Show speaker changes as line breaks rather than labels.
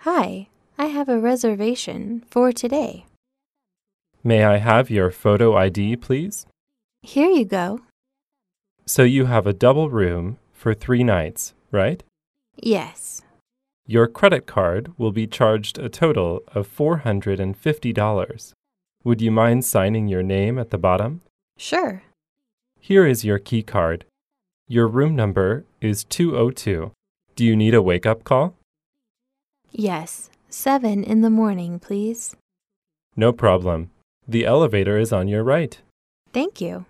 Hi, I have a reservation for today.
May I have your photo ID, please?
Here you go.
So you have a double room for three nights, right?
Yes.
Your credit card will be charged a total of $450. Would you mind signing your name at the bottom?
Sure.
Here is your key card. Your room number is 202. Do you need a wake up call?
Yes. Seven in the morning, please.
No problem. The elevator is on your right.
Thank you.